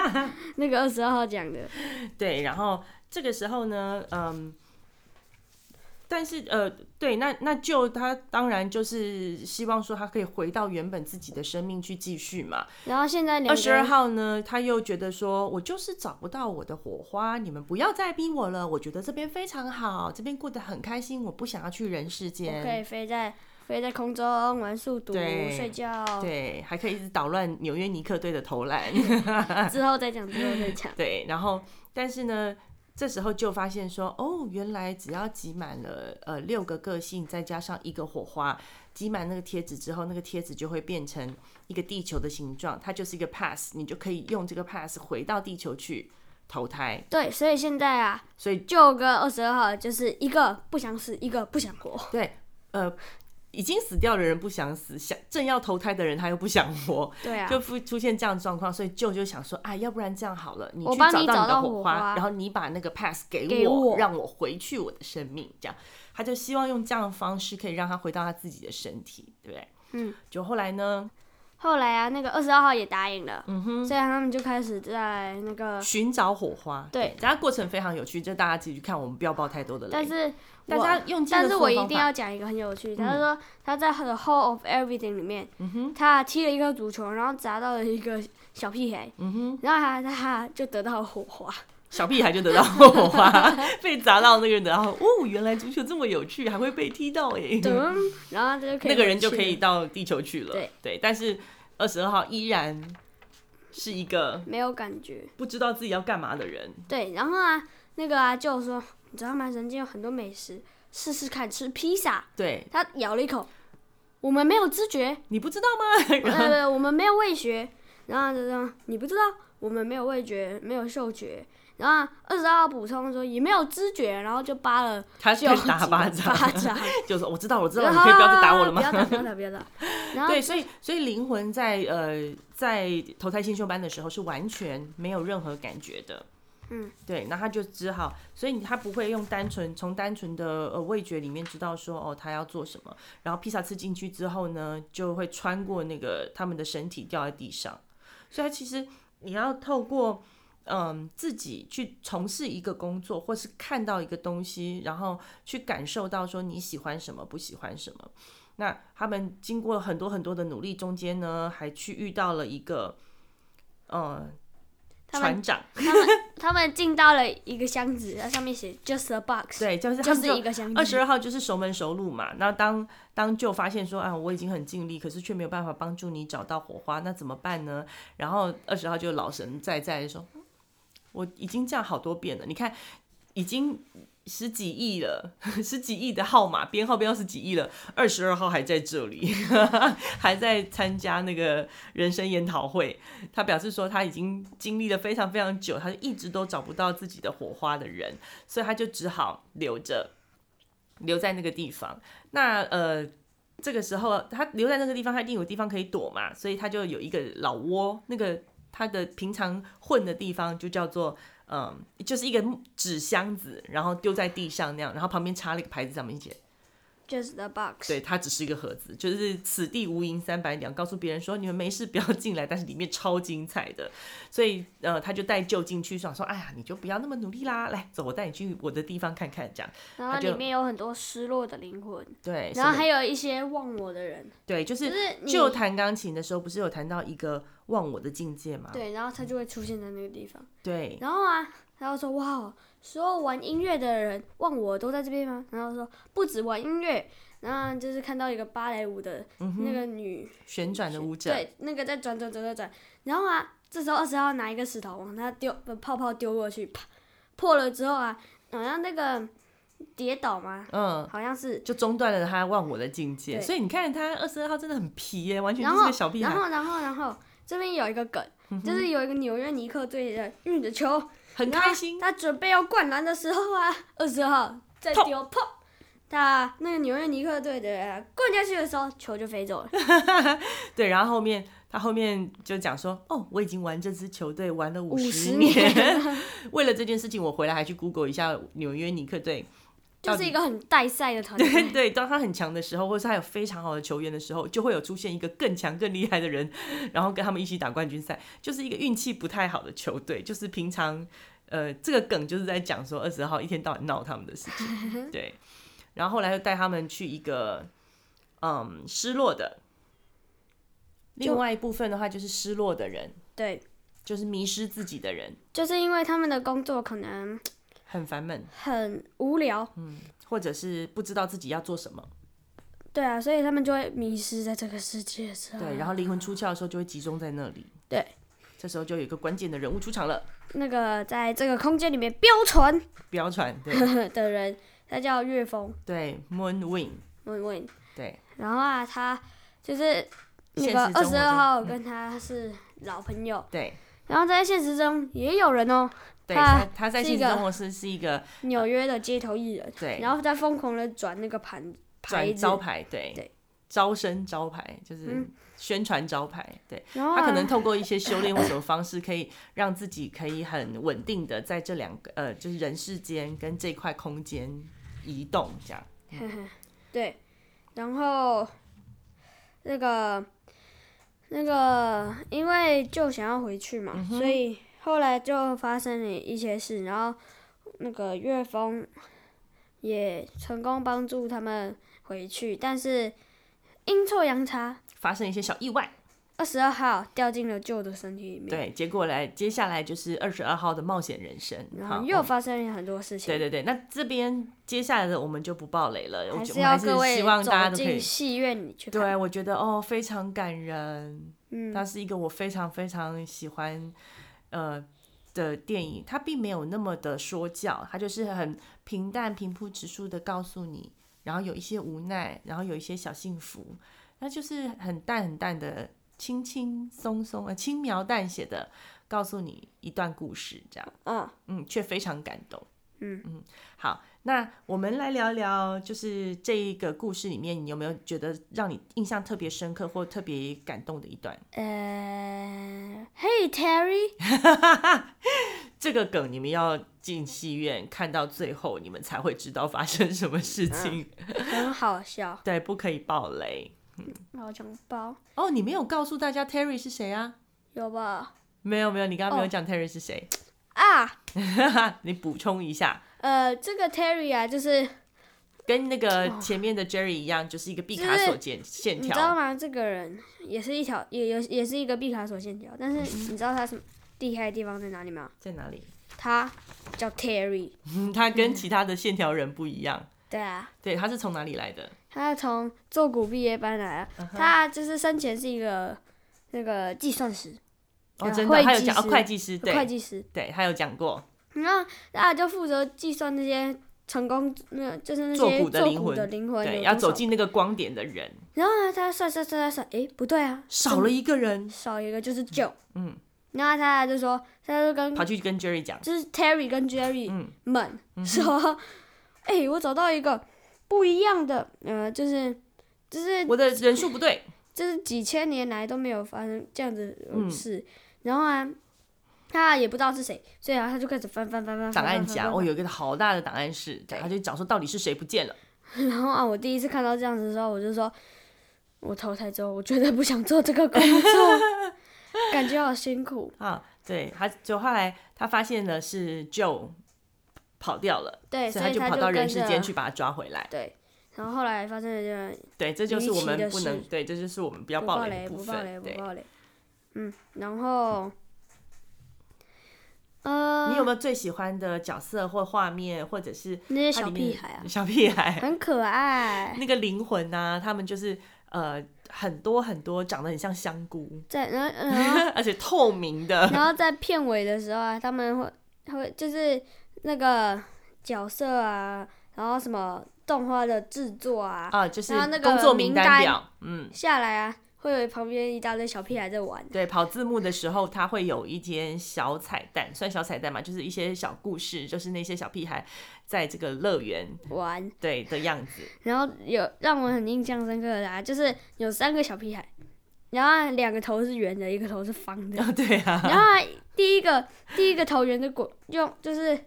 Speaker 2: 那个二十二号讲的，
Speaker 1: 对，然后这个时候呢，嗯，但是呃，对，那那就他当然就是希望说他可以回到原本自己的生命去继续嘛。
Speaker 2: 然后现在两
Speaker 1: 二
Speaker 2: 个
Speaker 1: 十二
Speaker 2: 人
Speaker 1: 号呢，他又觉得说，我就是找不到我的火花，你们不要再逼我了。我觉得这边非常好，这边过得很开心，我不想要去人世
Speaker 2: 我可以
Speaker 1: 间。
Speaker 2: 飞在飞在空中玩数独
Speaker 1: 对
Speaker 2: 睡觉，
Speaker 1: 对，还可以一直捣乱纽约尼克队的投篮。，
Speaker 2: 之后再讲之后再讲
Speaker 1: 对，然后但是呢，这时候就发现说，哦，原来只要集满了呃六个个性，再加上一个火花，集满那个贴纸之后，那个贴纸就会变成一个地球的形状，它就是一个 pass，你就可以用这个 pass 回到地球去投胎。
Speaker 2: 对，所以现在啊，
Speaker 1: 所以
Speaker 2: 就跟二十二号就是一个不想死，一个不想活，
Speaker 1: 对，呃。已经死掉的人不想死，想正要投胎的人他又不想活，
Speaker 2: 对 啊，
Speaker 1: 就出出现这样的状况，所以舅就想说，啊，要不然这样好了，你
Speaker 2: 我
Speaker 1: 去
Speaker 2: 帮
Speaker 1: 找
Speaker 2: 你
Speaker 1: 到
Speaker 2: 找
Speaker 1: 你的
Speaker 2: 到
Speaker 1: 火
Speaker 2: 火
Speaker 1: 花，
Speaker 2: 花
Speaker 1: 然后你把那个 pass 给我，
Speaker 2: 给我
Speaker 1: 让我回去我的生命，这样，他就希望用这样的方式可以让他回到他自己的身体，对不对？
Speaker 2: 嗯，
Speaker 1: 就后来呢，
Speaker 2: 后来啊，那个二十二号也答应了，嗯哼，所以他们就开始在那个，
Speaker 1: 寻找火花，
Speaker 2: 对
Speaker 1: 大家过程非常有趣，就大家自己去看，我们不要爆太多的雷，
Speaker 2: 但是
Speaker 1: 大
Speaker 2: 我
Speaker 1: 家用尽了
Speaker 2: 但是
Speaker 1: 所有
Speaker 2: 我一
Speaker 1: 方
Speaker 2: 定
Speaker 1: 法嗯
Speaker 2: 要讲一个很有趣，他说他在《The Whole of Everything》里面，他踢了一颗足球，然后砸到了一个小屁孩，
Speaker 1: 嗯
Speaker 2: 然后他他就得到了火花，
Speaker 1: 小屁孩就得到火花， 被砸到那个人得到，哦，原来足球这么有趣，还会被踢到耶，
Speaker 2: 噔，然后他就可 以
Speaker 1: 那个人
Speaker 2: 回
Speaker 1: 就
Speaker 2: 去
Speaker 1: 可以
Speaker 2: 了
Speaker 1: 到地球去了。
Speaker 2: 对
Speaker 1: 但是二十二号依然是一个
Speaker 2: 没有感觉，
Speaker 1: 不知道自己要干嘛的人。
Speaker 2: 对，然后啊，那个啊就说，你知道吗？人间有很多美食，试试看吃披萨，
Speaker 1: 对
Speaker 2: 他咬了一口，我们没有知觉，
Speaker 1: 你不知道 吗？然后
Speaker 2: 呃，我们没有味觉，然后就这样，你不知道，我们没有味觉，没有嗅觉。然后二十号补充说也没有知觉，然后就扒了
Speaker 1: 他
Speaker 2: 就
Speaker 1: 就打巴掌，
Speaker 2: 巴掌，
Speaker 1: 就说我知道，我知道，
Speaker 2: 然
Speaker 1: 你
Speaker 2: 后
Speaker 1: 可以不要再打我了吗
Speaker 2: 不？要打，不要打，不要打。然后
Speaker 1: 对，所以所以灵魂在呃在投胎新秀班的时候是完全没有任何感觉的。
Speaker 2: 嗯，
Speaker 1: 对，那他就只好，所以他不会用单纯从单纯的呃味觉里面知道说哦他要做什么，然后披萨吃进去之后呢，就会穿过那个他们的身体掉在地上，所以他其实你要透过嗯自己去从事一个工作，或是看到一个东西，然后去感受到说你喜欢什么，不喜欢什么。那他们经过很多很多的努力，中间呢还去遇到了一个呃
Speaker 2: 他们
Speaker 1: 船长，
Speaker 2: 他们他们进到了一个箱子，它上面写 just a box，
Speaker 1: 对，就是他
Speaker 2: 就
Speaker 1: 们
Speaker 2: 是一个箱子。
Speaker 1: 二十二号就是熟门熟路嘛。那当当就发现说啊，我已经很尽力，可是却没有办法帮助你找到火花，那怎么办呢？然后二十号就老神在在地说，嗯我已经这样好多遍了，你看已经。十几亿了， 十几亿的号码编号编到十几亿了，二十二号还在这里， 还在参加那个人生研讨会。他表示说他已经经历了非常非常久，他一直都找不到自己的火花的人，所以他就只好留着。留在那个地方。那呃，这个时候他留在那个地方，他一定有地方可以躲嘛，所以他就有一个老窝，那个他的平常混的地方就叫做。嗯，就是一个纸箱子，然后丢在地上那样，然后旁边插了一个牌子，上面写
Speaker 2: Just the box。
Speaker 1: 对，它只是一个盒子，就是此地无银三百两，告诉别人说你们没事不要进来，但是里面超精彩的，所以呃，他就带舅进去，想说，哎呀，你就不要那么努力啦，来，走，我带你去我的地方看看，这样，
Speaker 2: 然后
Speaker 1: 它就
Speaker 2: 里面有很多失落的灵魂，
Speaker 1: 对，
Speaker 2: 然后
Speaker 1: 是的
Speaker 2: 还有一些忘我的人，
Speaker 1: 对，就
Speaker 2: 就是是你
Speaker 1: 就弹钢琴的时候，不是有谈到一个忘我的境界嘛？
Speaker 2: 对，然后他就会出现在那个地方。
Speaker 1: 对，
Speaker 2: 然后啊，然后说哇，所有玩音乐的人忘我都在这边吗？然后说不止玩音乐，然后就是看到一个芭蕾舞的
Speaker 1: 嗯
Speaker 2: 那个女，
Speaker 1: 旋转的舞者，
Speaker 2: 对，那个在转转转转转。然后啊，这时候二十号拿一个石头往他丢，把泡泡丢过去，啪，破了之后啊，好像那个跌倒嘛，
Speaker 1: 嗯，
Speaker 2: 好像是。
Speaker 1: 就中断了他忘我的境界。
Speaker 2: 对
Speaker 1: 所以你看他二十二号真的很皮耶，完全
Speaker 2: 然
Speaker 1: 就是
Speaker 2: 后
Speaker 1: 个小屁
Speaker 2: 然
Speaker 1: 孩，嗯
Speaker 2: 后然后然后这边有一个梗，就是有一个纽约尼克队的运着球，
Speaker 1: 很
Speaker 2: 然后
Speaker 1: 开心。
Speaker 2: 他准备要灌篮的时候啊， 二十号再
Speaker 1: 砰
Speaker 2: 丢砰，他那个纽约尼克队的人啊灌下去的时候，球就飞走 了。
Speaker 1: 对，然后后面他后面就讲说，哦，我已经玩这支球队玩了五
Speaker 2: 50
Speaker 1: 年， 为了这件事情，我回来还去 Google 一下纽约尼克队。
Speaker 2: 就
Speaker 1: 到
Speaker 2: 是
Speaker 1: 底
Speaker 2: 一个很带赛的团
Speaker 1: 对
Speaker 2: 队，
Speaker 1: 对，当他很强的时候，或者是他有非常好的球员的时候，就会有出现一个更强、更厉害的人，然后跟他们一起打冠军赛，就是一个运气不太好的球队。就是平常，呃，这个梗就是在讲说二十号一天到晚闹他们的事情。对，然后后来又带他们去一个，嗯，失落的。另外一部分的话，就是失落的人，
Speaker 2: 对，
Speaker 1: 就是迷失自己的人，
Speaker 2: 就是因为他们的工作可能
Speaker 1: 很烦闷，
Speaker 2: 很无聊，
Speaker 1: 嗯或者是不知道自己要做什么。
Speaker 2: 对啊，所以他们就会迷失在这个世界上。
Speaker 1: 对，然后灵魂出窍的时候就会集中在那里。
Speaker 2: 对，
Speaker 1: 这时候就有一个关键的人物出场了，
Speaker 2: 那个在这个空间里面飙船
Speaker 1: 标船，对
Speaker 2: 的人，他叫岳峰
Speaker 1: 对，Moon Wing，
Speaker 2: 问问，
Speaker 1: 对，
Speaker 2: 然后啊，他就是那
Speaker 1: 现
Speaker 2: 个
Speaker 1: 实
Speaker 2: 二
Speaker 1: 生活
Speaker 2: 十
Speaker 1: 中
Speaker 2: 二号跟他是老朋友，
Speaker 1: 对
Speaker 2: 然后在现实中也有人哦，
Speaker 1: 对，
Speaker 2: 他
Speaker 1: 他他在
Speaker 2: 是
Speaker 1: 现
Speaker 2: 一
Speaker 1: 实
Speaker 2: 个
Speaker 1: 生活是是一个
Speaker 2: 纽约的街头艺人，
Speaker 1: 对
Speaker 2: 然后在疯狂的转那个盘牌
Speaker 1: 转
Speaker 2: 子，
Speaker 1: 招牌，对
Speaker 2: 对嗯
Speaker 1: 招生招牌就是宣传招牌，对
Speaker 2: 然后、啊、
Speaker 1: 他可能透过一些修炼或什么方式，可以让自己可以很稳定的在这两个呃就是人世间跟这块空间移动这样。
Speaker 2: 啊 对，然后那个那个，因为就想要回去嘛，
Speaker 1: 嗯
Speaker 2: 所以后来就发生了一些事，然后那个岳峰也成功帮助他们回去，但是阴错阳差，
Speaker 1: 发生一些小意外，
Speaker 2: 二十二号掉进了旧的身体里面，
Speaker 1: 对，结果来接下来就是二十二号的冒险人生，
Speaker 2: 然
Speaker 1: 好
Speaker 2: 后又发生了很多事情，
Speaker 1: 对对对，那这边接下来的我们就不爆雷了，我
Speaker 2: 还
Speaker 1: 觉
Speaker 2: 是
Speaker 1: 我们还
Speaker 2: 要
Speaker 1: 是
Speaker 2: 各位
Speaker 1: 希望
Speaker 2: 走
Speaker 1: 大家都可
Speaker 2: 进
Speaker 1: 以。
Speaker 2: 戏院里去看，
Speaker 1: 对，我觉得哦，非常感人。
Speaker 2: 嗯，
Speaker 1: 它是一个我非常非常喜欢，呃的电影。它并没有那么的说教，它就是很平淡、平铺直述的告诉你，然后有一些无奈，然后有一些小幸福，那就是很淡很淡的、轻轻松松、呃轻描淡写的告诉你一段故事，这样。
Speaker 2: 嗯，
Speaker 1: 嗯，却非常感动。
Speaker 2: 嗯
Speaker 1: 嗯，好，那我们来聊聊，就是这一个故事里面，你有没有觉得让你印象特别深刻或特别感动的一段？
Speaker 2: 呃，Hey Terry。
Speaker 1: 这个梗你们要进戏院看到最后，你们才会知道发生什么事情。
Speaker 2: 很好笑，
Speaker 1: 对，不可以爆雷。
Speaker 2: 老强包
Speaker 1: 哦，你没有告诉大家 Terry 是谁啊？
Speaker 2: 有吧？
Speaker 1: 没有没有，你刚刚没有
Speaker 2: 哦
Speaker 1: 讲 Terry 是谁，
Speaker 2: 啊，
Speaker 1: 你补充一下，
Speaker 2: 呃，这个 Terry 啊，就是
Speaker 1: 跟那个前面的 Jerry 一样，就是一个毕卡索线线
Speaker 2: 你知道
Speaker 1: 条，
Speaker 2: 吗？这个人也是一条，也有也是一个毕卡索线条，但是
Speaker 1: 嗯
Speaker 2: 你知道他什么厉害的地方在哪里吗？
Speaker 1: 在哪里？
Speaker 2: 他叫 Terry，
Speaker 1: 嗯，他跟其他的线条人不一样。
Speaker 2: 对啊，
Speaker 1: 对，他是从哪里来的？
Speaker 2: 他从做股毕业班来啊，
Speaker 1: 嗯
Speaker 2: 他就是生前是一个那个计算师，
Speaker 1: 哦，
Speaker 2: 啊
Speaker 1: 真
Speaker 2: 会
Speaker 1: 的，他有
Speaker 2: 计
Speaker 1: 讲啊，
Speaker 2: 师
Speaker 1: 会计师，
Speaker 2: 会
Speaker 1: 对
Speaker 2: 计师，
Speaker 1: 对，他有讲过，
Speaker 2: 然后他就负责计算那些成功，那就是那
Speaker 1: 做
Speaker 2: 些
Speaker 1: 股的
Speaker 2: 做
Speaker 1: 灵
Speaker 2: 股
Speaker 1: 魂
Speaker 2: 的灵魂，
Speaker 1: 对，要走。进那个光点的人，
Speaker 2: 然后他算算算算算，诶，不对啊，
Speaker 1: 少了一个人，
Speaker 2: 少一个就是九。
Speaker 1: 嗯，
Speaker 2: 然后他就说，他就跟
Speaker 1: 跑去跟 Jerry 讲，
Speaker 2: 就是 Terry 跟 Jerry
Speaker 1: 嗯
Speaker 2: 们说，哎、我找到一个不一样的，呃，就是就是
Speaker 1: 我的人数不对，
Speaker 2: 就是几千年来都没有发生这样子
Speaker 1: 嗯
Speaker 2: 的事。然后啊，他也不知道是谁，所以啊，他就开始翻翻翻翻翻
Speaker 1: 档案
Speaker 2: 翻翻
Speaker 1: 夹，
Speaker 2: 翻
Speaker 1: 哦，有一个好大的档案室，
Speaker 2: 对
Speaker 1: 他就找说到底是谁不见了，
Speaker 2: 然后啊，我第一次看到这样子的时候，我就说，我投胎之后，我绝对不想做这个工 作，感觉好辛苦。
Speaker 1: 啊，对，他就后来他发现的是 Joe 跑掉了，
Speaker 2: 对，所
Speaker 1: 以他
Speaker 2: 以
Speaker 1: 就
Speaker 2: 他
Speaker 1: 跑到人
Speaker 2: 跟
Speaker 1: 世间
Speaker 2: 着
Speaker 1: 去把他抓回来。
Speaker 2: 对，然后后来发生了这个
Speaker 1: 对，这就
Speaker 2: 离
Speaker 1: 是我
Speaker 2: 奇
Speaker 1: 们
Speaker 2: 的
Speaker 1: 不能
Speaker 2: 事
Speaker 1: 对，这就是我们不要
Speaker 2: 不
Speaker 1: 暴
Speaker 2: 爆
Speaker 1: 雷的
Speaker 2: 雷，
Speaker 1: 部
Speaker 2: 不爆雷，
Speaker 1: 分。
Speaker 2: 不
Speaker 1: 对，
Speaker 2: 爆雷。嗯，然后，呃，
Speaker 1: 你有没有最喜欢的角色或画面，或者是
Speaker 2: 那些
Speaker 1: 它
Speaker 2: 小
Speaker 1: 里面
Speaker 2: 屁孩啊，
Speaker 1: 小屁孩，
Speaker 2: 很可爱。
Speaker 1: 那个灵魂呐、他们就是呃很多很多长得很像香菇，
Speaker 2: 在然后然 后
Speaker 1: 而且透明 的。
Speaker 2: 嗯啊然后在片尾的时候啊，他们会会就是那个角色啊，然后什么动画的制作啊，
Speaker 1: 啊，就是
Speaker 2: 然后那个
Speaker 1: 工作
Speaker 2: 名
Speaker 1: 单
Speaker 2: 单
Speaker 1: 表，嗯，
Speaker 2: 下来啊，会有旁边一大堆小屁孩在玩。
Speaker 1: 对，跑字幕的时候，它会有一些小彩蛋，算小彩蛋嘛，就是一些小故事，就是那些小屁孩在这个乐园
Speaker 2: 玩，
Speaker 1: 对的样子。
Speaker 2: 然后有让我很印象深刻的啊，就是有三个小屁孩，然后两个头是圆的，一个头是方 的，
Speaker 1: 啊，对
Speaker 2: 然
Speaker 1: 啊，
Speaker 2: 后啊第一个第一个头圆的滚用就是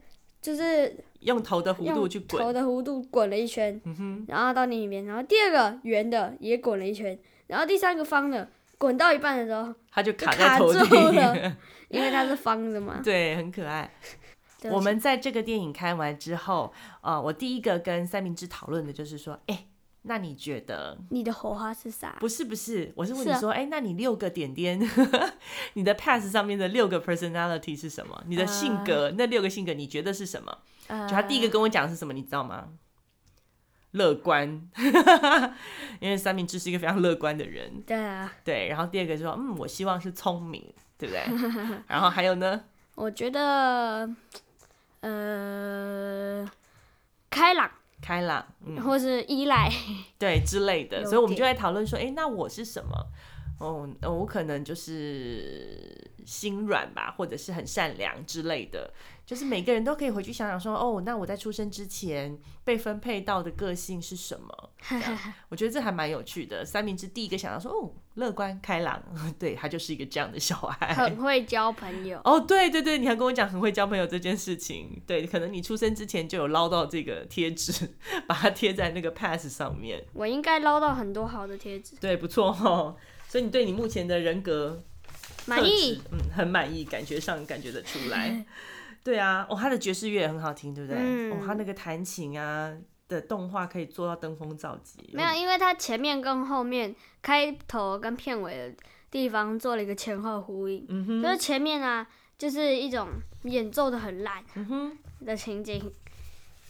Speaker 2: 就是
Speaker 1: 用头的弧度
Speaker 2: 用
Speaker 1: 去滚
Speaker 2: 头，的弧度滚了一圈，
Speaker 1: 嗯
Speaker 2: 然后到另一边，然后第二个圆的也滚了一圈，然后第三个方的滚到一半的时候，
Speaker 1: 它就
Speaker 2: 就
Speaker 1: 卡在
Speaker 2: 卡
Speaker 1: 头
Speaker 2: 住
Speaker 1: 顶
Speaker 2: 了。因为它是方的嘛，
Speaker 1: 对，很可爱。
Speaker 2: 对啊不
Speaker 1: 我
Speaker 2: 起
Speaker 1: 们在这个电影看完之后，呃，我第一个跟三明治讨论的就是说，哎、那你觉得？
Speaker 2: 你的火花是啥？
Speaker 1: 不是不是，我是问
Speaker 2: 是
Speaker 1: 你
Speaker 2: 啊
Speaker 1: 说，哎、那你六个点点， 你的 pass 上面的六个 personality 是什么？你的
Speaker 2: 呃
Speaker 1: 性格、那六个性格你觉得是什么？ 就他第
Speaker 2: 嗯
Speaker 1: 一个跟我讲的是什么，你知道吗？乐观， 因为三明治是一个非常乐观的人，
Speaker 2: 对啊，
Speaker 1: 对。然后第二个就说，嗯，我希望是聪明，对不对？然后还有呢，
Speaker 2: 我觉得，呃，开朗
Speaker 1: 开朗，嗯，
Speaker 2: 或是 依赖，
Speaker 1: 对之类的，
Speaker 2: 有
Speaker 1: 所以我们就
Speaker 2: 点
Speaker 1: 在讨论说，哎、那我是什么？哦，呃我可能就是心软吧，或者是很善良之类的。就是每个人都可以回去想想说，哦，那我在出生之前被分配到的个性是什么？这样我觉得这还蛮有趣的。三明治第一个想到说，哦，乐观开朗， 对他就是一个这样的小孩。
Speaker 2: 很会交朋友。
Speaker 1: 哦，对对对，你还跟我讲很会交朋友这件事情，对，可能你出生之前就有捞到这个贴纸， 把它贴在那个 pass 上面。
Speaker 2: 我应该捞到很多好的贴纸，
Speaker 1: 对，不错哦。所以你对你目前的人格
Speaker 2: 满
Speaker 1: 特
Speaker 2: 意
Speaker 1: 质，嗯，很满意，感觉上感觉得出 来。对啊，哦，他的爵士乐也很好听，对不对？
Speaker 2: 嗯
Speaker 1: 哦，他那个弹琴啊的动画可以做到登峰造极。
Speaker 2: 没有，因为它前面跟后面开头跟片尾的地方做了一个前后呼应，
Speaker 1: 嗯哼，
Speaker 2: 就是前面啊，就是一种演奏的很烂
Speaker 1: 嗯哼，
Speaker 2: 的情景，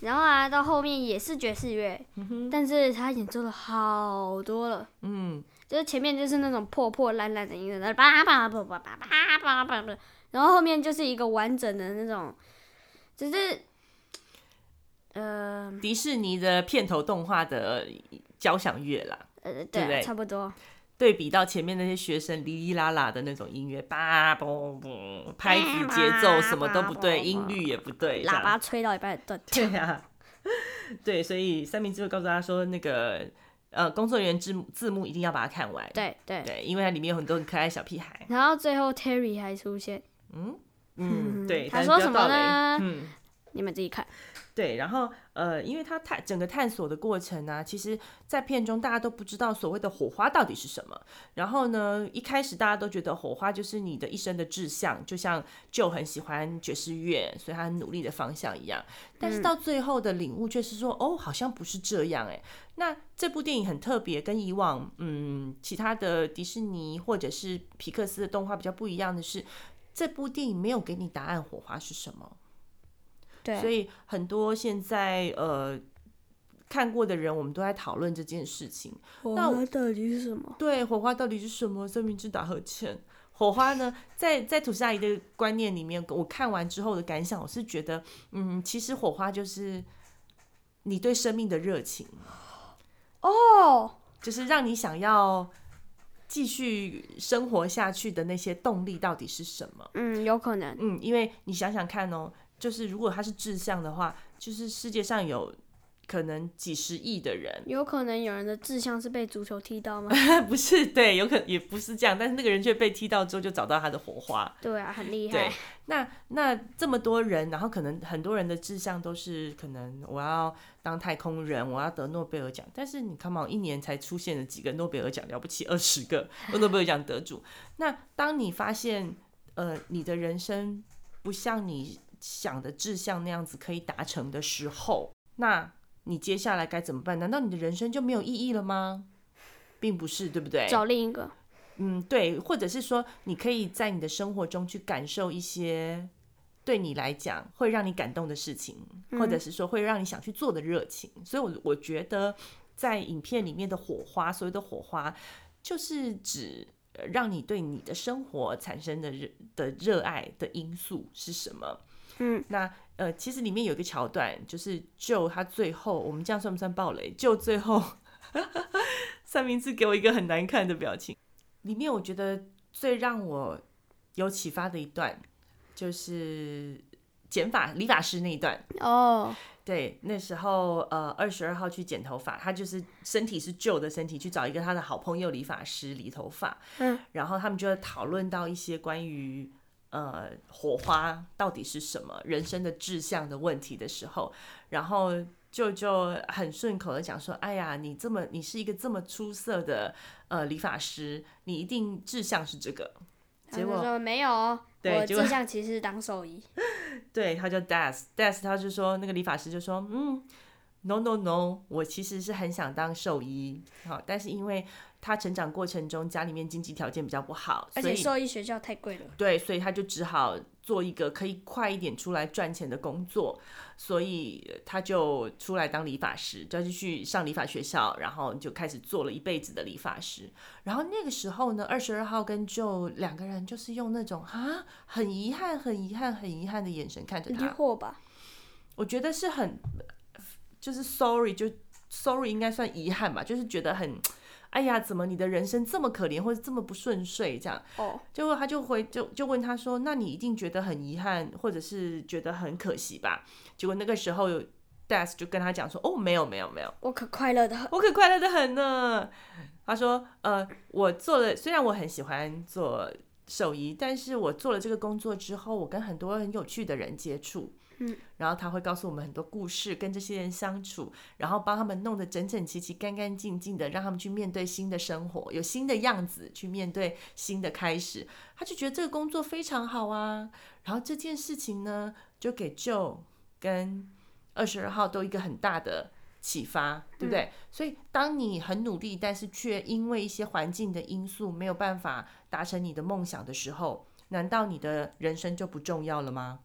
Speaker 2: 然后啊到后面也是爵士乐，
Speaker 1: 嗯哼，
Speaker 2: 但是他演奏的好多了。
Speaker 1: 嗯，
Speaker 2: 就是前面就是那种破破烂烂的音乐，然后叭叭叭叭叭叭叭叭叭，然后后面就是一个完整的那种，只是，呃
Speaker 1: 迪士尼的片头动画的交响乐啦。
Speaker 2: 呃，
Speaker 1: 对不
Speaker 2: 对
Speaker 1: 对
Speaker 2: 啊，差不多，
Speaker 1: 对比到前面那些学生哩哩啦啦的那种音乐，叭嘣嘣，拍子节奏什么都不对，音律也不对，这样
Speaker 2: 喇叭吹到一半断 掉。
Speaker 1: 对呀、对，所以三明治会告诉大家说，那个呃，工作人员字幕字幕一定要把它看完。
Speaker 2: 对对，
Speaker 1: 对，因为它里面有很多很可爱的小屁孩。
Speaker 2: 然后最后 Terry 还出现，
Speaker 1: 嗯，对。但
Speaker 2: 他
Speaker 1: 是
Speaker 2: 说
Speaker 1: 不要
Speaker 2: 什么
Speaker 1: 暴雷
Speaker 2: 呢
Speaker 1: 嗯，
Speaker 2: 你们自己看。
Speaker 1: 对。然后呃，因为他探整个探索的过程呢、其实，在片中大家都不知道所谓的火花到底是什么。然后呢，一开始大家都觉得火花就是你的一生的志向，就像就很喜欢爵士乐，所以他很努力的方向一样。但是到最后的领悟却是说，哦，好像不是这样哎。那这部电影很特别，跟以往嗯其他的迪士尼或者是皮克斯的动画比较不一样的是，这部电影没有给你答案火花是什么。
Speaker 2: 对
Speaker 1: 所以很多现在呃看过的人，我们都在讨论这件事情。那我
Speaker 2: 到底是什么？
Speaker 1: 对，火花到底是什么？三明治打呵欠。火花呢，在在土下姨的观念里面，我看完之后的感想，我是觉得，嗯，其实火花就是你对生命的热情，
Speaker 2: 哦，
Speaker 1: 就是让你想要继续生活下去的那些动力到底是什么？
Speaker 2: 嗯，有可能，
Speaker 1: 嗯，因为你想想看哦，就是如果它是志向的话，就是世界上有可能几十亿的人，
Speaker 2: 有可能有人的志向是被足球踢到吗？
Speaker 1: 不是对，有可也不是这样，但是那个人却被踢到之后就找到他的火花。
Speaker 2: 对啊，很厉
Speaker 1: 对
Speaker 2: 害。，
Speaker 1: 那那这么多人，然后可能很多人的志向都是可能我要当太空人，我要得诺贝尔奖。但是你看嘛，一年才出现了几个诺贝尔奖，了不起二十个诺贝尔奖得主。那当你发现，呃，你的人生不像你想的志向那样子可以达成的时候，那你接下来该怎么办？难道你的人生就没有意义了吗？并不是，对不对？
Speaker 2: 找另一个，
Speaker 1: 嗯，对，或者是说，你可以在你的生活中去感受一些对你来讲会让你感动的事情，
Speaker 2: 嗯
Speaker 1: 或者是说会让你想去做的热情。所以我，我觉得在影片里面的火花，所谓的火花，就是指呃让你对你的生活产生的热的热爱的因素是什么。
Speaker 2: 嗯，
Speaker 1: 那呃，其实里面有一个桥段，就是就他最后，我们这样算不算暴雷？就最后 三明治给我一个很难看的表情。里面我觉得最让我有启发的一段，就是剪发理发师那一段。
Speaker 2: 哦，
Speaker 1: 对，那时候呃，二十二号去剪头发，他就是身体是旧的身体，去找一个他的好朋友理发师理头发。
Speaker 2: 嗯，
Speaker 1: 然后他们就会讨论到一些关于呃火花到底是什么、人生的志向的问题的时候，然后舅舅很顺口的讲说：“哎呀，你这么你是一个这么出色的呃理发师，你一定志向是这个。”
Speaker 2: 他
Speaker 1: 结
Speaker 2: 就
Speaker 1: 果
Speaker 2: 说没有哦，
Speaker 1: 对
Speaker 2: 我
Speaker 1: 结果
Speaker 2: 志向其实是当兽 医。
Speaker 1: 对，他叫 Das Das，他就说那个理发师就说，嗯，No No No，我其实是很想当兽医，好，但是因为他成长过程中家里面经济条件比较不好，
Speaker 2: 而
Speaker 1: 所
Speaker 2: 且
Speaker 1: 以
Speaker 2: 兽医学校太贵了，
Speaker 1: 对，所以他就只好做一个可以快一点出来赚钱的工作，所以他就出来当理发师，就继续上理发学校，然后就开始做了一辈子的理发师。然后那个时候呢，二十二号跟就两个人就是用那种啊，很遗憾、很遗憾、很遗憾的眼神看着
Speaker 2: 疑
Speaker 1: 他。
Speaker 2: 惑吧？
Speaker 1: 我觉得是很，就是 sorry，就 sorry 应该算遗憾吧，就是觉得很，哎呀，怎么你的人生这么可怜，或者这么不顺遂这样？
Speaker 2: 哦，
Speaker 1: 结果他就回就就问他说：“那你一定觉得很遗憾，或者是觉得很可惜吧？”结果那个时候有 Das 就跟他讲说：“哦，没有没有没有，
Speaker 2: 我可快乐的很。
Speaker 1: 我可快乐的很呢。”他说：“呃，我做了，虽然我很喜欢做兽医，但是我做了这个工作之后，我跟很多很有趣的人接触，
Speaker 2: 嗯，
Speaker 1: 然后他会告诉我们很多故事，跟这些人相处，然后帮他们弄得整整齐齐、干干净净的，让他们去面对新的生活，有新的样子去面对新的开始。他就觉得这个工作非常好啊。然后这件事情呢，就给 Joe 跟二十二号都一个很大的启发，对不
Speaker 2: 嗯
Speaker 1: 对？所以当你很努力，但是却因为一些环境的因素没有办法达成你的梦想的时候，难道你的人生就不重要了吗？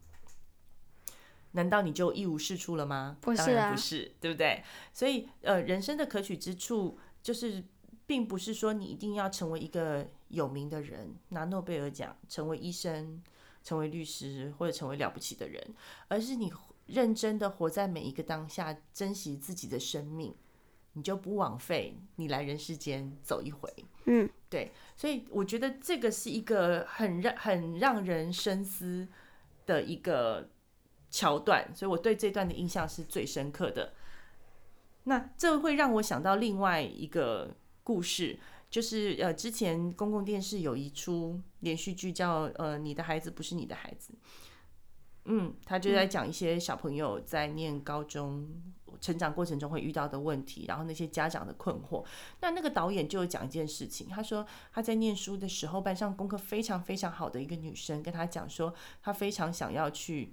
Speaker 1: 难道你就一无是处了吗？
Speaker 2: 不是啊
Speaker 1: 当然不是，对不对？所以呃，人生的可取之处就是，并不是说你一定要成为一个有名的人，拿诺贝尔奖，成为医生，成为律师，或者成为了不起的人，而是你认真的活在每一个当下，珍惜自己的生命，你就不枉费你来人世间走一回。
Speaker 2: 嗯，
Speaker 1: 对，所以我觉得这个是一个很让很让人深思的一个桥段，所以我对这段的印象是最深刻的。那这会让我想到另外一个故事，就是呃，之前公共电视有一出连续剧叫《呃你的孩子不是你的孩子》，嗯，他就在讲一些小朋友在念高中成长过程中会遇到的问题，然后那些家长的困惑。那那个导演就有讲一件事情，他说他在念书的时候，班上功课非常非常好的一个女生跟他讲说，她非常想要去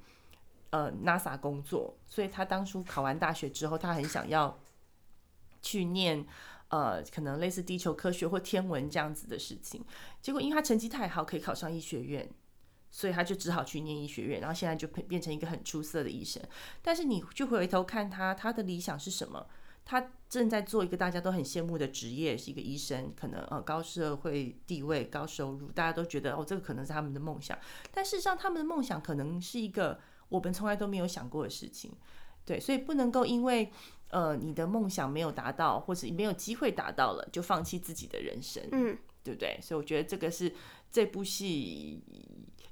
Speaker 1: 呃 NASA 工作，所以她当初考完大学之后，她很想要去念呃可能类似地球科学或天文这样子的事情。结果因为她成绩太好，可以考上医学院。所以她就只好去念医学院，然后现在就变变成一个很出色的医生。但是你去回头看她，她的理想是什么？他正在做一个大家都很羡慕的职业，是一个医生，可能呃高社会地位、高收入，大家都觉得哦，这个可能是他们的梦想。但事实上，他们的梦想可能是一个我们从来都没有想过的事情。对，所以不能够因为呃你的梦想没有达到，或者没有机会达到了，就放弃自己的人生，
Speaker 2: 嗯，
Speaker 1: 对不对？所以我觉得这个是这部戏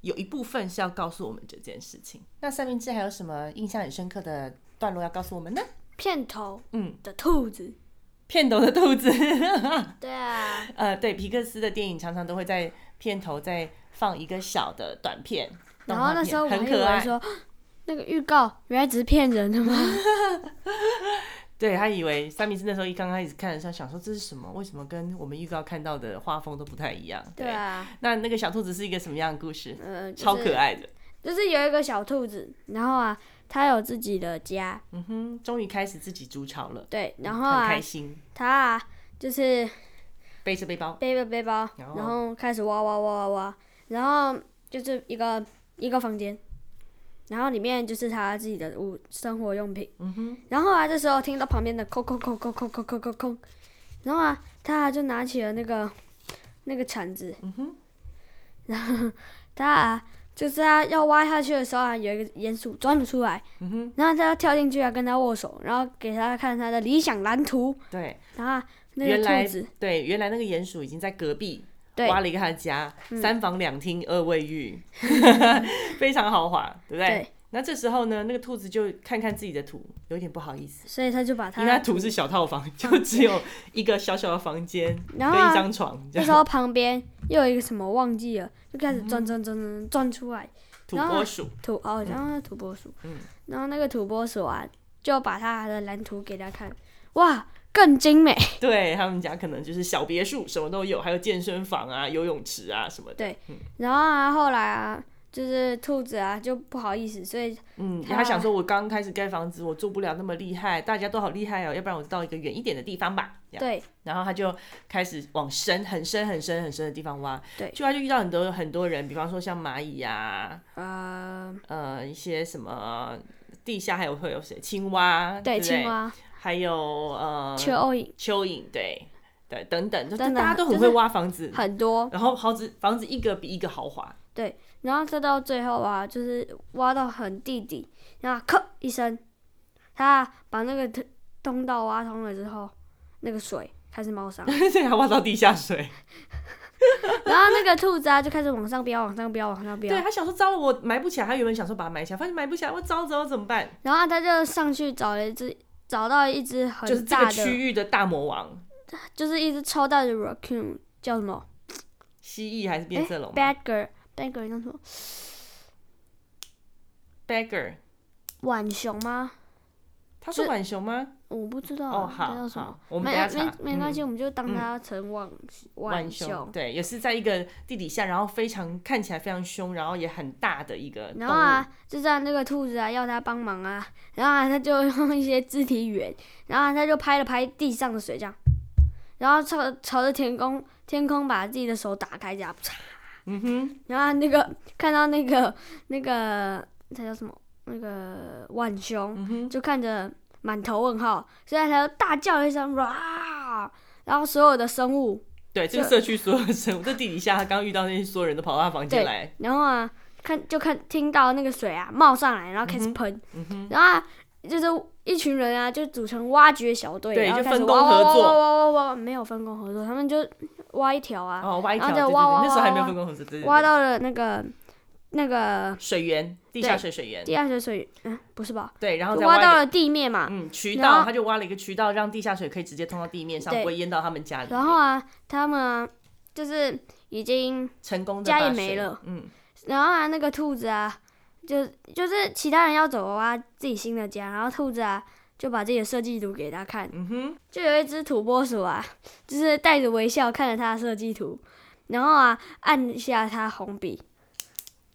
Speaker 1: 有一部分是要告诉我们这件事情。那三明治还有什么印象很深刻的段落要告诉我们呢？
Speaker 2: 片头
Speaker 1: 嗯，
Speaker 2: 的兔子。
Speaker 1: 片头的兔 子，
Speaker 2: 对啊，
Speaker 1: 呃，对，皮克斯的电影常常都会在片头再放一个小的短片，
Speaker 2: 然后那时候我
Speaker 1: 动画
Speaker 2: 还以
Speaker 1: 片很可
Speaker 2: 为
Speaker 1: 爱，
Speaker 2: 说 那个预告原来只是骗 人的吗？
Speaker 1: 对他以为三明治那时候一刚开始看的时候，想说这是什么？为什么跟我们预告看到的画风都不太一样？
Speaker 2: 对啊，
Speaker 1: 那那个小兔子是一个什么样的故事？
Speaker 2: 呃，就是
Speaker 1: 超可爱的，
Speaker 2: 就是有一个小兔子，然后啊，它有自己的家，
Speaker 1: 嗯哼，终于开始自己筑巢了，
Speaker 2: 对，然后
Speaker 1: 很
Speaker 2: 啊
Speaker 1: 开，心，
Speaker 2: 它啊就是
Speaker 1: 背着背包，
Speaker 2: 背着背包，
Speaker 1: 然后
Speaker 2: 然后开始挖挖挖挖挖，然后就是一个一个房间，然后里面就是他自己的物生活用品。
Speaker 1: 嗯哼，
Speaker 2: 然后啊，这时候听到旁边的空空空空空空空空空，然后啊，他啊就拿起了那个那个铲子，
Speaker 1: 嗯哼，
Speaker 2: 他啊就是啊要挖下去的时候啊，有一个鼹鼠钻了出来，
Speaker 1: 嗯哼，
Speaker 2: 然后他要跳进去啊跟他握手，然后给他看他的理想蓝图，
Speaker 1: 对，
Speaker 2: 然后、啊、那
Speaker 1: 原
Speaker 2: 个
Speaker 1: 来
Speaker 2: 兔子
Speaker 1: 对，原来那个鼹鼠已经在隔壁
Speaker 2: 对嗯
Speaker 1: 挖了一个他的家，三房两厅二卫 浴，非常豪华，对不对？
Speaker 2: 对
Speaker 1: 那这时候呢，那个兔子就看看自己的图，有点不好意思，
Speaker 2: 所以他就把它
Speaker 1: 因为它图是小套房，就只有一个小小的房间跟
Speaker 2: 然后、啊、
Speaker 1: 一张床这
Speaker 2: 那时
Speaker 1: 样。
Speaker 2: 候旁边又有一个什么忘记了，就开始转转转转转出来
Speaker 1: 土拨鼠，
Speaker 2: 土哦，然后土拨鼠，
Speaker 1: 嗯
Speaker 2: 然后那个土拨鼠啊，就把它的蓝图给他看，哇，更精美。
Speaker 1: 对他们家可能就是小别墅，什么都有，还有健身房啊、游泳池啊什么的。
Speaker 2: 对然后啊，后来啊，就是兔子啊就不好意思，所以
Speaker 1: 嗯，
Speaker 2: 他
Speaker 1: 他想说，我刚开始盖房子，我做不了那么厉害，大家都好厉害哦，要不然我到一个远一点的地方吧。这样
Speaker 2: 对
Speaker 1: 然后他就开始往深、很深、很深、很深的地方挖。
Speaker 2: 对
Speaker 1: 就他就遇到很多很多人，比方说像蚂蚁啊，
Speaker 2: 呃，
Speaker 1: 呃，一些什么地下还有会有谁，青蛙，
Speaker 2: 对
Speaker 1: 不
Speaker 2: 青，蛙、
Speaker 1: 还有呃
Speaker 2: 蚯蚓
Speaker 1: 蚯蚓，对对，等等，就
Speaker 2: 真的
Speaker 1: 大家都很
Speaker 2: 就
Speaker 1: 会
Speaker 2: 是
Speaker 1: 挖房子，
Speaker 2: 很多，
Speaker 1: 然后房子房子一个比一个豪 华，
Speaker 2: 然后再到最后啊，就是挖到很地底，然后咔一声，他把那个通道挖通了之后，那个水开始冒 上来。
Speaker 1: 这还挖到地下水。
Speaker 2: 然后那个兔子啊就开始往上飙，往上飙，往上飙
Speaker 1: 对。他想说糟了，我埋不起来，他原本想说把它埋起来，发现埋不起来，我糟了糟了怎么办？
Speaker 2: 然后他就上去找了一只，找到一只
Speaker 1: 就
Speaker 2: 很
Speaker 1: 是这
Speaker 2: 大
Speaker 1: 个
Speaker 2: 的，就是
Speaker 1: 区域的大魔王，
Speaker 2: 一只超大的 raccoon，叫什么
Speaker 1: 蜥蜴还是变色龙吗
Speaker 2: ？bad girl，bad girl 叫什么？
Speaker 1: ？Beggar，
Speaker 2: 浣熊吗？
Speaker 1: 他是
Speaker 2: 就
Speaker 1: 浣熊吗？
Speaker 2: 我不知道，
Speaker 1: 哦，
Speaker 2: 它
Speaker 1: 好，
Speaker 2: 叫什么
Speaker 1: 好？我们
Speaker 2: 没
Speaker 1: 等一
Speaker 2: 没
Speaker 1: 下查。
Speaker 2: 没关系，
Speaker 1: 嗯，
Speaker 2: 我们就当它成浣浣
Speaker 1: 浣
Speaker 2: 熊。
Speaker 1: 对，也是在一个地底下，然后非常看起来非常凶，然后也很大的一个动
Speaker 2: 然后
Speaker 1: 物。
Speaker 2: 啊，就让那个兔子啊要他帮忙啊，然后啊他就用一些肢体语言，然后啊他就拍了拍地上的水，这样，然后朝朝着天空天空把自己的手打开，这样，啪
Speaker 1: 嗯哼，
Speaker 2: 然后啊那个看到那个那个他叫什么那个浣熊，
Speaker 1: 嗯哼，
Speaker 2: 就看着满头问号，所以他就大叫一声哇，然后所有的生物，
Speaker 1: 对，这个社区所有的生物，这地底下他刚遇到那些所有人都跑到他房间来。
Speaker 2: 然后啊看就看听到那个水啊冒上来，然后开始喷。
Speaker 1: 嗯哼，
Speaker 2: 然后、啊、就是一群人啊，就组成挖掘小队，
Speaker 1: 对
Speaker 2: 然后
Speaker 1: 就
Speaker 2: 开始
Speaker 1: 分
Speaker 2: 挖
Speaker 1: 工
Speaker 2: 挖
Speaker 1: 合
Speaker 2: 挖
Speaker 1: 作
Speaker 2: 挖挖挖挖，没有分工合作，他们就挖一条啊，
Speaker 1: 哦，挖一条，
Speaker 2: 然
Speaker 1: 对
Speaker 2: 后再
Speaker 1: 对对，
Speaker 2: 挖挖
Speaker 1: 那时候还没有
Speaker 2: 挖
Speaker 1: 分工合作，对对
Speaker 2: 挖
Speaker 1: 对。
Speaker 2: 到了那个那个
Speaker 1: 水源，地下水水源，
Speaker 2: 地下水水，嗯，不是吧？
Speaker 1: 对，然后
Speaker 2: 就
Speaker 1: 再
Speaker 2: 挖
Speaker 1: 一
Speaker 2: 到
Speaker 1: 个
Speaker 2: 了地面嘛，
Speaker 1: 嗯渠
Speaker 2: 然后
Speaker 1: 道，他就挖了一个渠道，让地下水可以直接通到地面上，
Speaker 2: 对
Speaker 1: 不会淹到他们家里面。
Speaker 2: 然后啊，他们啊就是已经，
Speaker 1: 成功的
Speaker 2: 家也没了，
Speaker 1: 嗯，
Speaker 2: 然后啊那个兔子啊，就就是其他人要走挖自己新的家，然后兔子啊。就把自己的设计图给他看，
Speaker 1: 嗯哼，
Speaker 2: 就有一只土拨鼠啊，就是带着微笑看着他的设计图，然后啊按一下他红笔，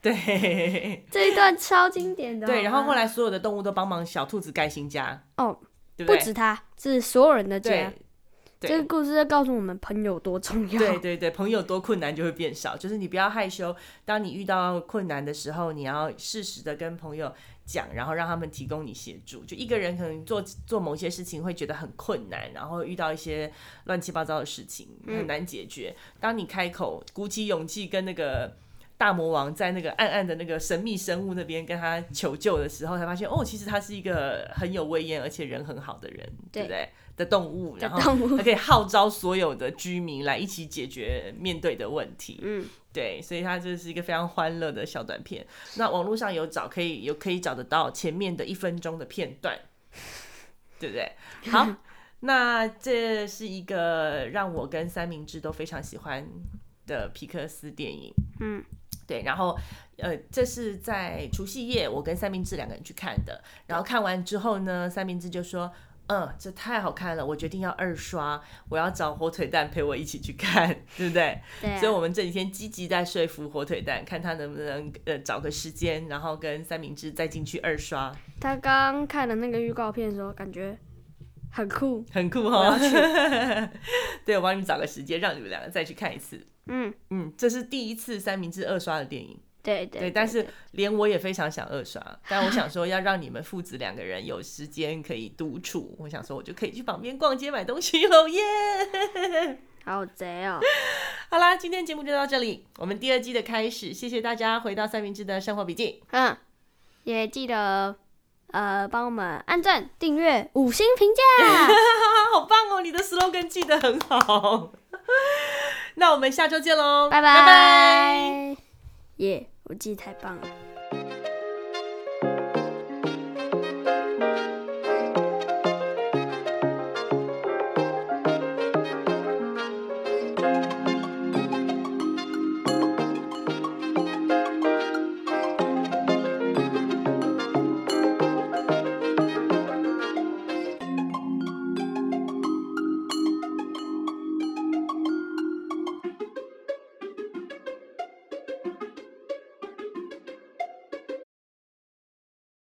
Speaker 1: 对。
Speaker 2: 这一段超经典的。
Speaker 1: 对，然后后
Speaker 2: 来
Speaker 1: 来所有的动物都帮忙小兔子盖新家，
Speaker 2: 哦，
Speaker 1: 对
Speaker 2: 不
Speaker 1: 对？
Speaker 2: 止啊他，是所有人的家
Speaker 1: 对。
Speaker 2: 这个故事在告诉我们朋友多重要。
Speaker 1: 对对对，朋友多困难就会变少，就是你不要害羞，当你遇到困难的时候，你要适时的跟朋友讲，然后让他们提供你协助。就一个人可能做做某些事情会觉得很困难，然后遇到一些乱七八糟的事情很难解决，当你开口鼓起勇气跟那个。大魔王在那个暗暗的那个神秘生物那边跟他求救的时候，才发现哦，其实他是一个很有威严而且人很好的人，对
Speaker 2: 对
Speaker 1: 不对？的动物，
Speaker 2: 的
Speaker 1: 然后
Speaker 2: 动物
Speaker 1: 它，可以号召所有的居民来一起解决面对的问题。
Speaker 2: 嗯，
Speaker 1: 对，所以它就是一个非常欢乐的小短片。那网络上有找，可以有可以找得到前面的一分钟的片段。对不对？好， 那这是一个让我跟三明治都非常喜欢的皮克斯电影。
Speaker 2: 嗯，
Speaker 1: 对，然后呃，这是在除夕夜，我跟三明治两个人去看的。然后看完之后呢，三明治就说：“嗯，这太好看了，我决定要二刷，我要找火腿蛋陪我一起去看， 对不对？”
Speaker 2: 对、
Speaker 1: 所以，
Speaker 2: 啊，
Speaker 1: 我们这几天积极在说服火腿蛋，看他能不能呃找个时间，然后跟三明治再进去二刷，
Speaker 2: 他刚看了那个预告片的时候，感觉很酷。
Speaker 1: 很酷
Speaker 2: 我
Speaker 1: 哈、
Speaker 2: 要
Speaker 1: 哦。 对，我帮你们找个时间，让你们两个再去看一次。
Speaker 2: 嗯，
Speaker 1: 嗯，这是第一次三明治二刷的电影，
Speaker 2: 对对
Speaker 1: 对，但是连我也非常想二 刷，但我想说要让你们父子两个人有时间可以独处，我想说我就可以去旁边逛街买东西喽耶。
Speaker 2: 好贼哦。
Speaker 1: 好啦，今天节目就到这里，我们第二季的开始，谢谢大家回到三明治的生活笔记。
Speaker 2: 嗯，也记得呃帮我们按赞、订阅、五星评价。
Speaker 1: 啊，好棒哦！你的 slogan 记得很好。 那我们下周见喽，
Speaker 2: 拜
Speaker 1: 拜拜
Speaker 2: 耶我记得太棒了。